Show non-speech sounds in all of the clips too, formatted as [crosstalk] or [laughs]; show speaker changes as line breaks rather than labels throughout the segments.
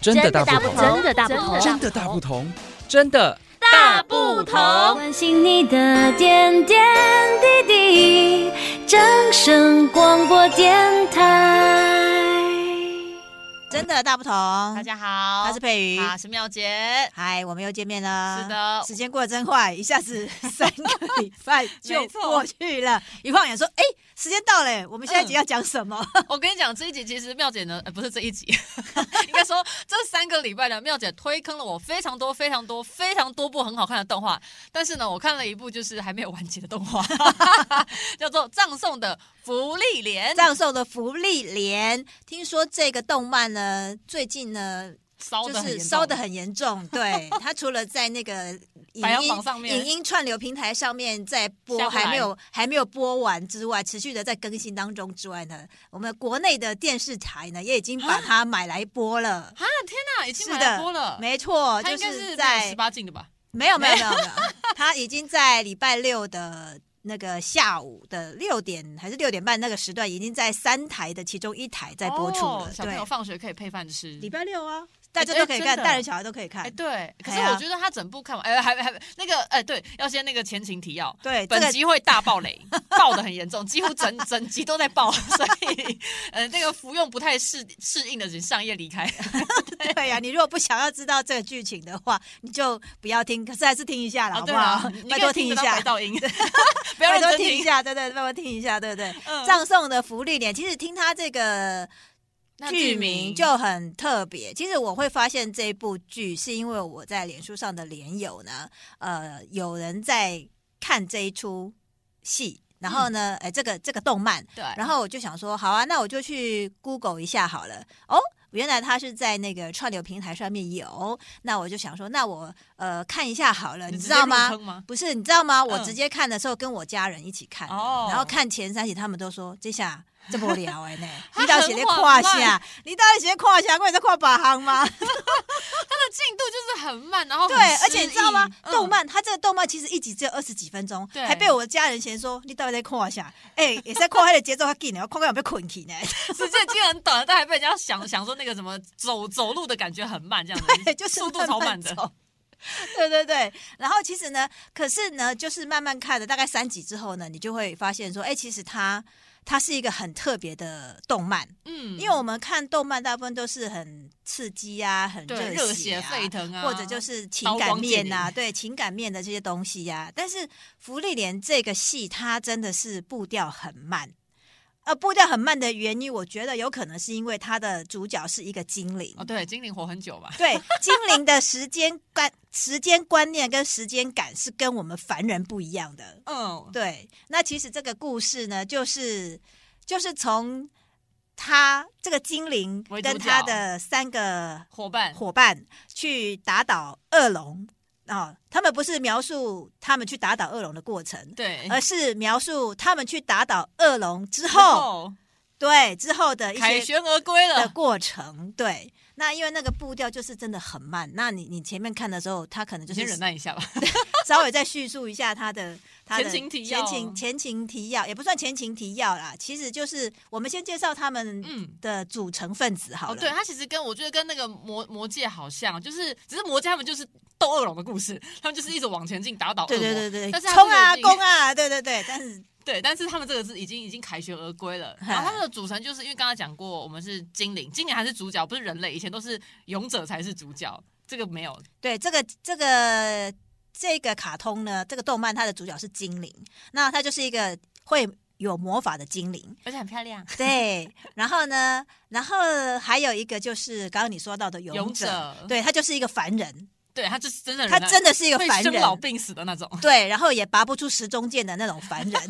真的大不
不
同，
真的大不同，
真的大不同，真的
大不同。
关心你的点点滴滴，掌声广播电台。
真的大不同。
大
大
家好，
他是佩瑜，
啊，是妙姐。 [laughs]
嗨，我们又见面了。
是的
时间过得真快，一
[laughs]
下子三个礼拜就
没错
过去了。一晃眼说，哎、时间到了，我们下一集
嗯
要讲什么？
我跟你讲，这一集其实妙姐呢，呃、不是这一集， [laughs] 应该说这三个礼拜呢，妙姐推坑了我非常多、非常多、非常多部很好看的动画。但是呢，我看了一部就是还没有完结的动画， [laughs] 叫做《葬送的福利莲》，
[laughs] 藏寿的福利连，听说这个动漫呢，最近呢
烧
就
的
是烧的很严重。对，它除了在
[laughs]
那个影
排行
音
榜上面
影音串流平台上面在
下
播，
不来
还没有还没有播完之外，持续的在更新当中之外呢，我们国内的电视台呢也已经把它买来播了。
啊！天哪，已经
是
买来
的
播了，，
没错，
它
就
应该是
在
十八禁的吧？
没有没有没有，没有他已经在礼拜六的那个下午的六点还是六点半那个时段，已经在三台的其中一台在播出了。
哦小朋
对
友，放学可以配饭吃。
礼拜六啊，大家
哎
都可以看，
真的
大人小孩都可以看。
哎，对，可是
哎呀
我觉得他整部看完，哎，还还那个，哎，对，要先那个前情提要，
对这
本
个
集会大爆雷，爆的很严重，几乎整整集都在爆， [laughs] 所以呃，那个服用不太适适应的人上夜离开。 [laughs]
对呀、你如果不想要知道这个剧情的话，你就不要听，可是还是听一下
啊，
啦，好不
对
好
啊，？你
拜
可
托
以
听
听
一
得到
下
白，噪音， [laughs] 不要
拜
认
托
真
听一
听。
下，对对，拜托听一下，对对。
嗯
葬送的福利点，其实听他这个
那
剧名就很特别。其实我会发现这部剧，是因为我在脸书上的连友呢，呃，有人在看这一出戏，然后
嗯
呢，哎、这个这个动漫，
对，
然后我就想说，好啊，那我就去 Google 一下好了。哦，原来它是在那个串流平台上面有，那我就想说，那我呃看一下好了，你
直
知
接
道
入
吗？
坑吗？
不是，你知道吗？我
嗯
直接看的时候跟我家人一起看，
哦
然后看前三集，他们都说
[laughs]
这下这么无聊哎、呢，
他
你到底
很
写在
缓
胯
慢
下，你到底写在胯下，我也在胯把行吗？ [laughs]
它的进度就是很慢，然后很
对，而且你知道吗
诗意？
动。漫它这个动漫其实一集只有二十几分钟，
嗯对
还被我家人嫌说你到底在胯下，哎、也在胯下的节奏还紧呢，我看看有没有困起呢。
嗯时间已经很短了，但还被人家想想说那个什么走走路的感觉很慢，这样子，
对，就是
速度
慢
超
慢
慢的。
走。对对对，然后其实呢，可是呢，就是慢慢看的，大概三集之后呢，你就会发现说，哎，其实它它是一个很特别的动漫，
嗯，
因为我们看动漫大部分都是很刺激啊，很
对
热
热血
啊
沸腾啊，
或者就是情
刀
感
光剑
面啊，
影
对情感面的这些东西呀、但是《福利莲》这个戏，它真的是步调很慢。呃，步调很慢的原因，我觉得有可能是因为它的主角是一个精灵
哦，，对，精灵活很久嘛，
对，精灵的时间观、 [laughs] 时间观念跟时间感是跟我们凡人不一样的。
嗯，
对，那其实这个故事呢，就是就是从他这个精灵
为主
跟他
角
的三个
伙伴，
伙伴去打倒恶龙啊、哦他们不是描述他们去打倒恶龙的过程，
对，
而是描述他们去打倒恶龙呃之
之
后，对之后的一
凯
些
旋而归
的
了，
过程，对。那因为那个步调就是真的很慢，那你你前面看的时候，他可能就
你先
是
忍耐一下吧。
[laughs] 稍微再叙述一下他的他的
前情提要
前情前情提要也不算前情提要啦，其实就是我们先介绍他们
嗯，
的组成分子 [laughs] 好
哦，
了。
对，它其实跟我觉得跟那个魔魔界好像，就是只是魔界他们就是斗恶龙的故事，他们就是一直往前进打倒恶
对
魔，
对对对
但是他
冲
这个
啊
已经 [laughs]
攻啊，对对对，但是
对，但是他们这个是已经已经凯旋而归
[laughs]
了。
嗨
然后他们的组成就是因为刚刚讲过，我们是精灵，精灵还是主角，不是人类，以前都是勇者才是主角，这个没有，
对这个这个这个卡通呢，这个动漫它的主角是精灵，那它就是一个会有魔法的精灵，
而且很漂亮， [laughs]
对，然后呢，然后还有一个就是刚刚你说到的勇
勇者
对他就是一个凡
[laughs]
人，
对，他就是真的，
他真的是一个
会
凡
生老
人，
病死的那种。
对，然后也拔不出时中剑的那种凡人，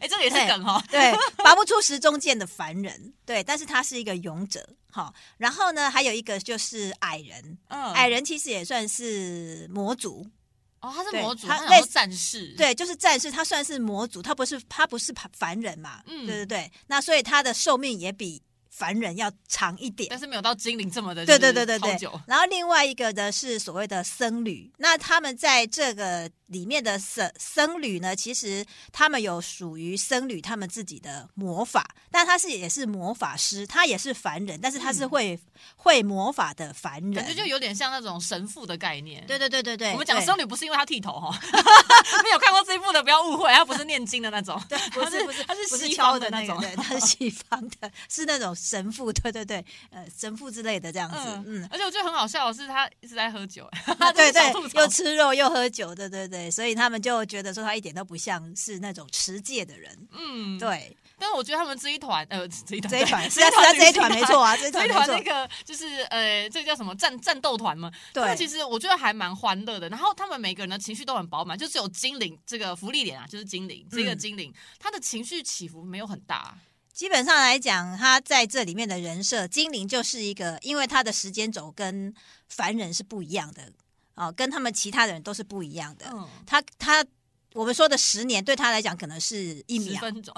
哎，这个也是梗哦。
对，拔不出时中剑的凡人，对，但是他是一个勇者，好、然后呢，还有一个就是矮人，
嗯，
矮人其实也算是魔族，
哦，他是
对
魔族，
他
他
类
类
似
战士，，
对，就是战士，他算是魔族，他不是他不是凡人嘛，
嗯
对对对，那所以他的寿命也比凡人要长一点
但。是没有到精灵这么的，
对对对对
超
对
久。
然后另外一个的是所谓的僧侣，那他们在这个里面的僧僧侣呢，其实他们有属于僧侣他们自己的魔法，但他是也是魔法师，他也是凡人，但是他是会、会魔法的凡人，
感觉就有点像那种神父的概念。
对对对对对，
我们讲
对
僧侣不是因为他剃头哈， [laughs] 没有看过这一部的不要误会，他不是念经的那种，
对，不是不是，
他是
不是
西
敲
方的
的
那
个
种
对，他是西方的，是那种神父，对对对，呃，神父之类的这样子，嗯，
而且我觉得很好笑的是，他一直在喝酒， [laughs]
[laughs] 对
这是小
对
吐，槽
又吃肉又喝酒，对对对，所以他们就觉得说他一点都不像是那种持戒的人，
嗯，。
对，
但是我觉得他们这一团，呃，这一团
这一团是
这
啊
一
是啊，
团
这一团没错啊，这一
这
团
一
没
团那
错，
个就是呃，这个叫什么战战斗团嘛？他们其
对，
实我觉得还蛮欢乐的。然后他们每个人的情绪都很饱满，就只有精灵这个福利脸啊，就是精灵这个
嗯
精灵，他的情绪起伏没有很大。
基本上来讲，他在这里面的人设，精灵就是一个，因为他的时间轴跟凡人是不一样的，哦，跟他们其他人都是不一样的，
嗯，
他他。我们说的十年对他来讲可能是一
十
秒，
分
[laughs]
钟，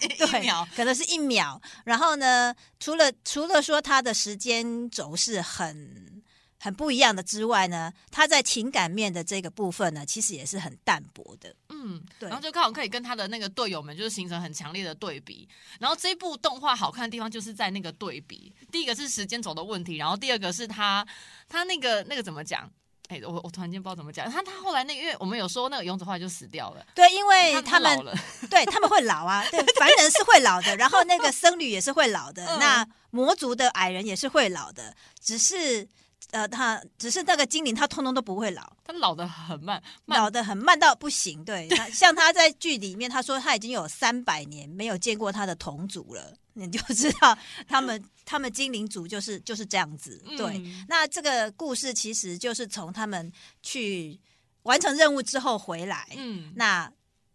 一秒，
可能是一秒。然后呢，除了除了说他的时间轴是很很不一样的之外呢，他在情感面的这个部分呢，其实也是很淡薄的。
嗯，
对
然后就刚好可以跟他的那个队友们就是形成很强烈的对比。然后这部动画好看的地方就是在那个对比，第一个是时间轴的问题，然后第二个是他他那个那个怎么讲？哎、我我突然间不知道怎么讲。他他后来那个，因为我们有说那个勇者后来就死掉了，
对，因为
他
他
老
们
了，
[laughs]
[laughs]
对他们会老啊，对，凡人是会老的，然后那个僧侣也是会老的，
嗯
那魔族的矮人也是会老的，只是呃，他只是那个精灵他通通都不会老。
他老的很慢，慢
老的很慢到不行，对，他像他在剧里面，他说他已经有三百年没有见过他的同族了，你就知道他
[laughs]
们他们精灵族就是就是这样子，对。
嗯
那这个故事其实就是从他们去完成任务之后回来，
嗯，
那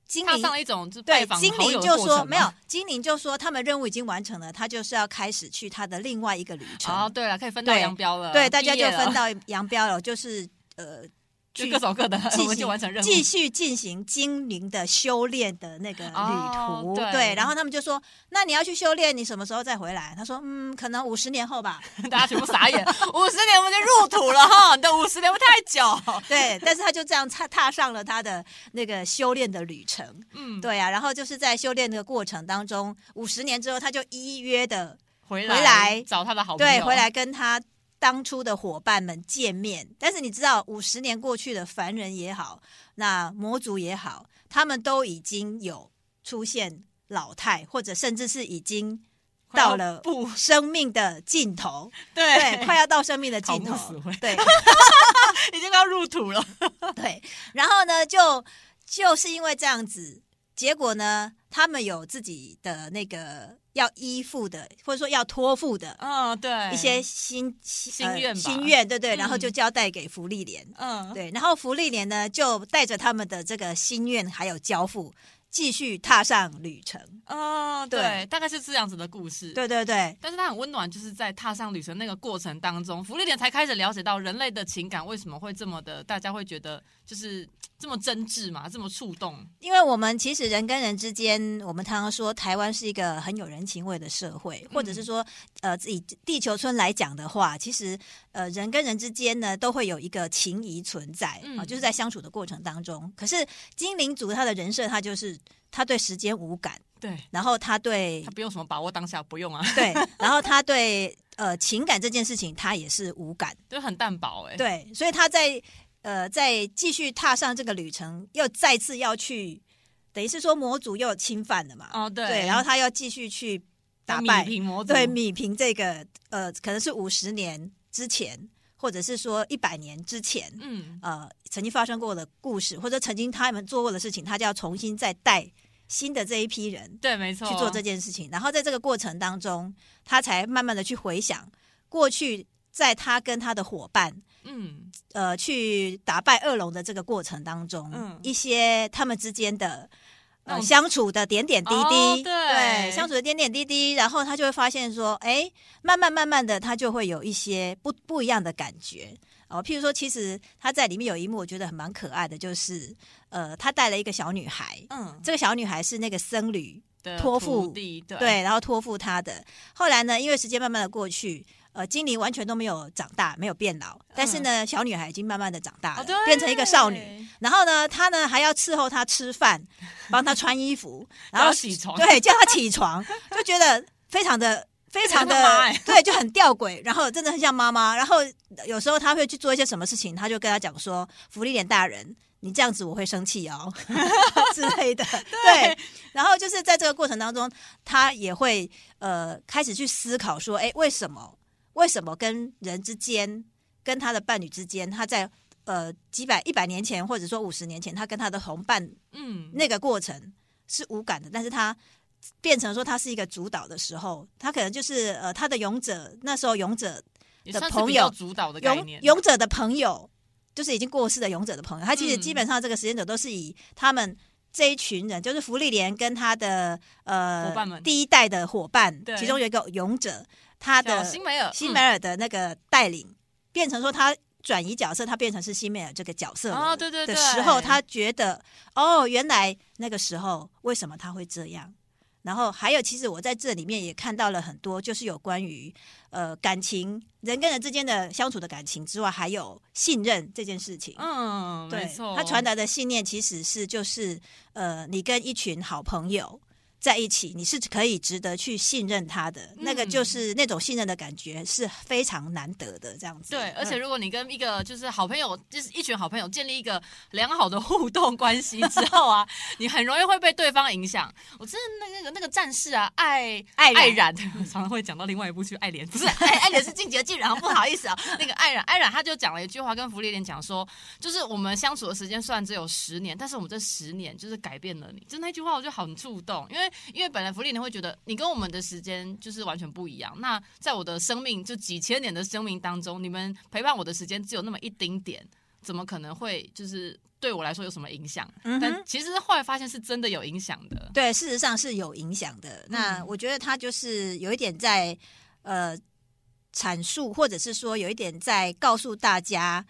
精
踏
灵
上了一种就是拜
对
访
精
好友
灵
的
就
过
说
程
没
吗
有，精灵就说他们任务已经完成了，他就是要开始去他的另外一个旅程，
哦，对了，可以分道
对
扬�镳了，
嗯对，大家
毕业
就
了
分道扬镳了，就是呃。
就
去
各走各的，我
进
们
行
就完成任务。
继续进行精灵的修炼的那个旅途，
哦对
然后他们就说：“那你要去修炼，你什么时候再回来？”他说：“嗯，可能五十年
[laughs]
后吧。
大家全部傻眼，五十年我们就入土了哈，你的五十年会太久。”
对，但是他就这样踏踏上了他的那个修炼的旅程。
嗯，
对啊，然后就是在修炼的过程当中，五十年之后，他就依约的
回来
回来
找他的好朋友，
对回来跟他。当初的伙伴们见面，但是你知道，五十年过去了，凡人也好，那魔族也好，他们都已经有出现老态，或者甚至是已经
快要
到了
不
生命的尽
[laughs]
头，
对
对，快要到生命的尽
草木死
头
灰，
对
已经快要入土了。
对。然后呢，就就是因为这样子，结果呢，他们有自己的那个要依附的，或者说要托付的
嗯，对，
一些心
心愿吧
心愿，对对，
嗯
然后就交代给福利连，
嗯，
对，然后福利连呢就带着他们的这个心愿还有交付，继续踏上旅程。
嗯，对
对，
大概是这样子的故事。。
对对对，
但是它很温暖，就是在踏上旅程那个过程当中，福利点才开始了解到人类的情感为什么会这么的，大家会觉得就是这么真挚嘛，这么触动。
因为我们其实人跟人之间，我们常常说台湾是一个很有人情味的社
嗯
会，或者是说，呃，以地球村来讲的话，其实呃人跟人之间呢都会有一个情谊存在啊、
嗯
就是在相处的过程当中。可是精灵族他的人设，他就是他对时间无感，
对，
然后他对
他不用什么把握当下，不用啊， [laughs]
对，然后他对呃情感这件事情他也是无感，
就很淡薄哎、
对，所以他在呃在继续踏上这个旅程，又再次要去，等于是说魔族又侵犯了嘛，
哦对
然后他要继续去打
他
败，
米平魔族，
对，米平这个呃可能是五十年之前，或者是说一百年之前，
嗯，
呃曾经发生过的故事，或者曾经他们做过的事情，他就要重新再带新的这一批人
对，没错，
去做这件事情，然后在这个过程当中，他才慢慢的去回想过去，在他跟他的伙伴
嗯，
呃去打败恶龙的这个过程当中，
嗯
一些他们之间的
那
呃
种
相处的点点滴滴，
哦对
相处的点点滴滴，然后他就会发现说，哎，慢慢慢慢的，他就会有一些不不一样的感觉。哦，譬如说，其实他在里面有一幕，我觉得很蛮可爱的，就是呃，他带了一个小女孩，
嗯
这个小女孩是那个僧侣，
的
托
徒
付
弟，对
对，然后托付他的。后来呢，因为时间慢慢的过去，呃精灵完全都没有长大，没有变老，但是呢，小女孩已经慢慢的长大了，
嗯哦对
啊变成一个少女。然后呢，她呢还要伺候她吃饭，帮她穿
[laughs]
衣服，然
然
后
后起床，
对，叫他起床，就觉得非常的。非常的
像妈妈欸
对，就很吊诡，然后真的很像妈妈。然后有时候他会去做一些什么事情，他就跟他讲说：“福利脸大人，你这样子我会生气哦 [laughs] 之
[laughs]
类的。对”然后就是在这个过程当中，他也会呃开始去思考说：“哎，为什么？为什么跟人之间，跟他的伴侣之间，他在呃几百一百年前，或者说五十年前，他跟他的同伴
嗯，
那个过程是无感的，但是他变成说他是一个主导的时候，他可能就是呃他的勇者那时候勇者
也
的
算是
朋
比较
友
主导的概
勇
念，
勇者的朋友，就是已经过世的勇者的朋友，他其实
嗯
基本上这个实验者都是以他们。这一群人就是福利连跟他的呃
伙伴们
第一代的伙伴
对，
其中有一个勇者，他
叫
的
辛梅尔，
辛梅尔的那个带领，变成说他转移角色，他变成是辛梅尔这个角色
啊
了
对对对
的时候，他觉得哦，原来那个时候为什么他会这样？然后还有，其实我在这里面也看到了很多，就是有关于呃感情，人跟人之间的相处的感情之外，还有信任这件事情。
嗯，嗯，
对
没，错，
他传达的信念其实是就是呃，你跟一群好朋友在一起，你是可以值得去信任他的，那个
嗯
就是那种信任的感觉是非常难得的，这样子。
对，而且
嗯
如果你跟一个就是好朋友，就是一群好朋友建立一个良好的互动关系之后啊， [laughs] 你很容易会被对方影响。我真的那个那个那个战士啊，爱
爱染
爱染， [laughs] 我常常会讲到另外一部剧《爱莲》，不是 [laughs] 爱爱莲是进阶进然后不好意思啊，那个爱染爱染他就讲了一句话，跟福利莲讲说，就是我们相处的时间虽然只有十年，但是我们这十年就是改变了你。就那句话，我就很触动，因为因为本来福利人会觉得你跟我们的时间就是完全不一样。那在我的生命就几千年的生命当中，你们陪伴我的时间只有那么一丁点，怎么可能会就是对我来说有什么影响？
嗯哼
但其实后来发现是真的有影响的。
对，事实上是有影响的。那
嗯
我觉得他就是有一点在呃阐述，或者是说有一点在告诉大家，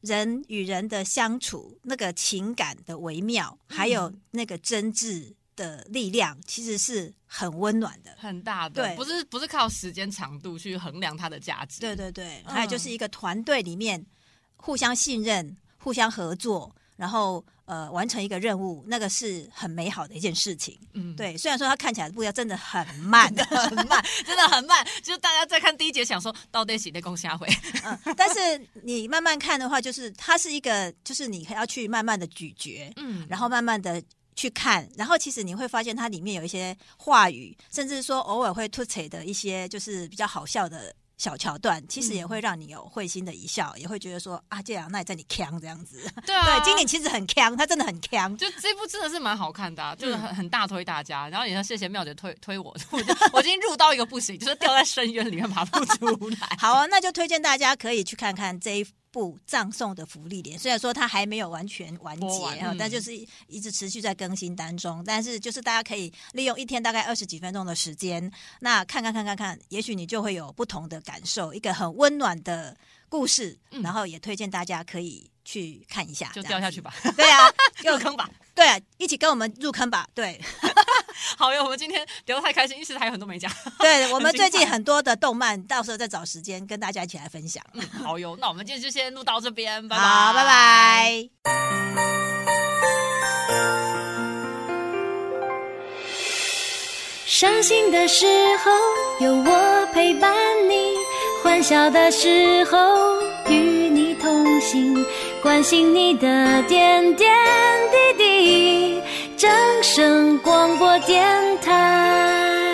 人与人的相处那个情感的微妙，还有
嗯
那个真挚的力量，其实是很温暖的。
很大的，
对
不是不是靠时间长度去衡量它的价值。
对对对，
嗯
还有就是一个团队里面互相信任、互相合作，然后呃完成一个任务，那个是很美好的一件事情。
嗯，
对，虽然说它看起来步调真的很慢，
[laughs] 很慢，真的很慢。就是大家在看第一节，想说到底洗的公虾回，
嗯，但是你慢慢看的话，就是它是一个，就是你要去慢慢的咀嚼，
嗯
然后慢慢的去看，然后其实你会发现它里面有一些话语，甚至说偶尔会吐槽的一些，就是比较好笑的。小桥段其
嗯
实也会让你有会心的一笑，也会觉得说啊，这样那也在你呛这样子。
对啊，
对，经理其实很呛，他真的很呛。
就这部真的是蛮好看的、啊，就是很很大推大家，然后也要谢谢妙姐推推我， [laughs] 我就我已经入到一个不行，就是掉在深渊里面爬不出 [laughs] 来。
[laughs] 好啊，那就推荐大家可以去看看这一部《葬送的福利莲》。虽然说它还没有完全完结
播完
啊
嗯，
但就是一直持续在更新当中。但是就是大家可以利用一天大概二十几分钟的时间，那看看看看看，也许你就会有不同的感受，一个很温暖的故事。
嗯
然后也推荐大家可以去看一下，
就
这
掉
样
下
子
去。吧，
对
[laughs]
啊，
入坑吧。
对啊，一起跟我们入坑吧。
[laughs]
对，
好哟，我们今天聊得太开心，其实还有很多没讲。
对我们
很精彩
最近很多的动漫，到时候再找时间跟大家一起来分享。
好哟，那我们今天就先录到这边，嗯拜拜，
好，拜拜。
伤心的时候有我陪伴你，欢笑的时候与你同行，关心你的点点滴滴。掌声广播电台。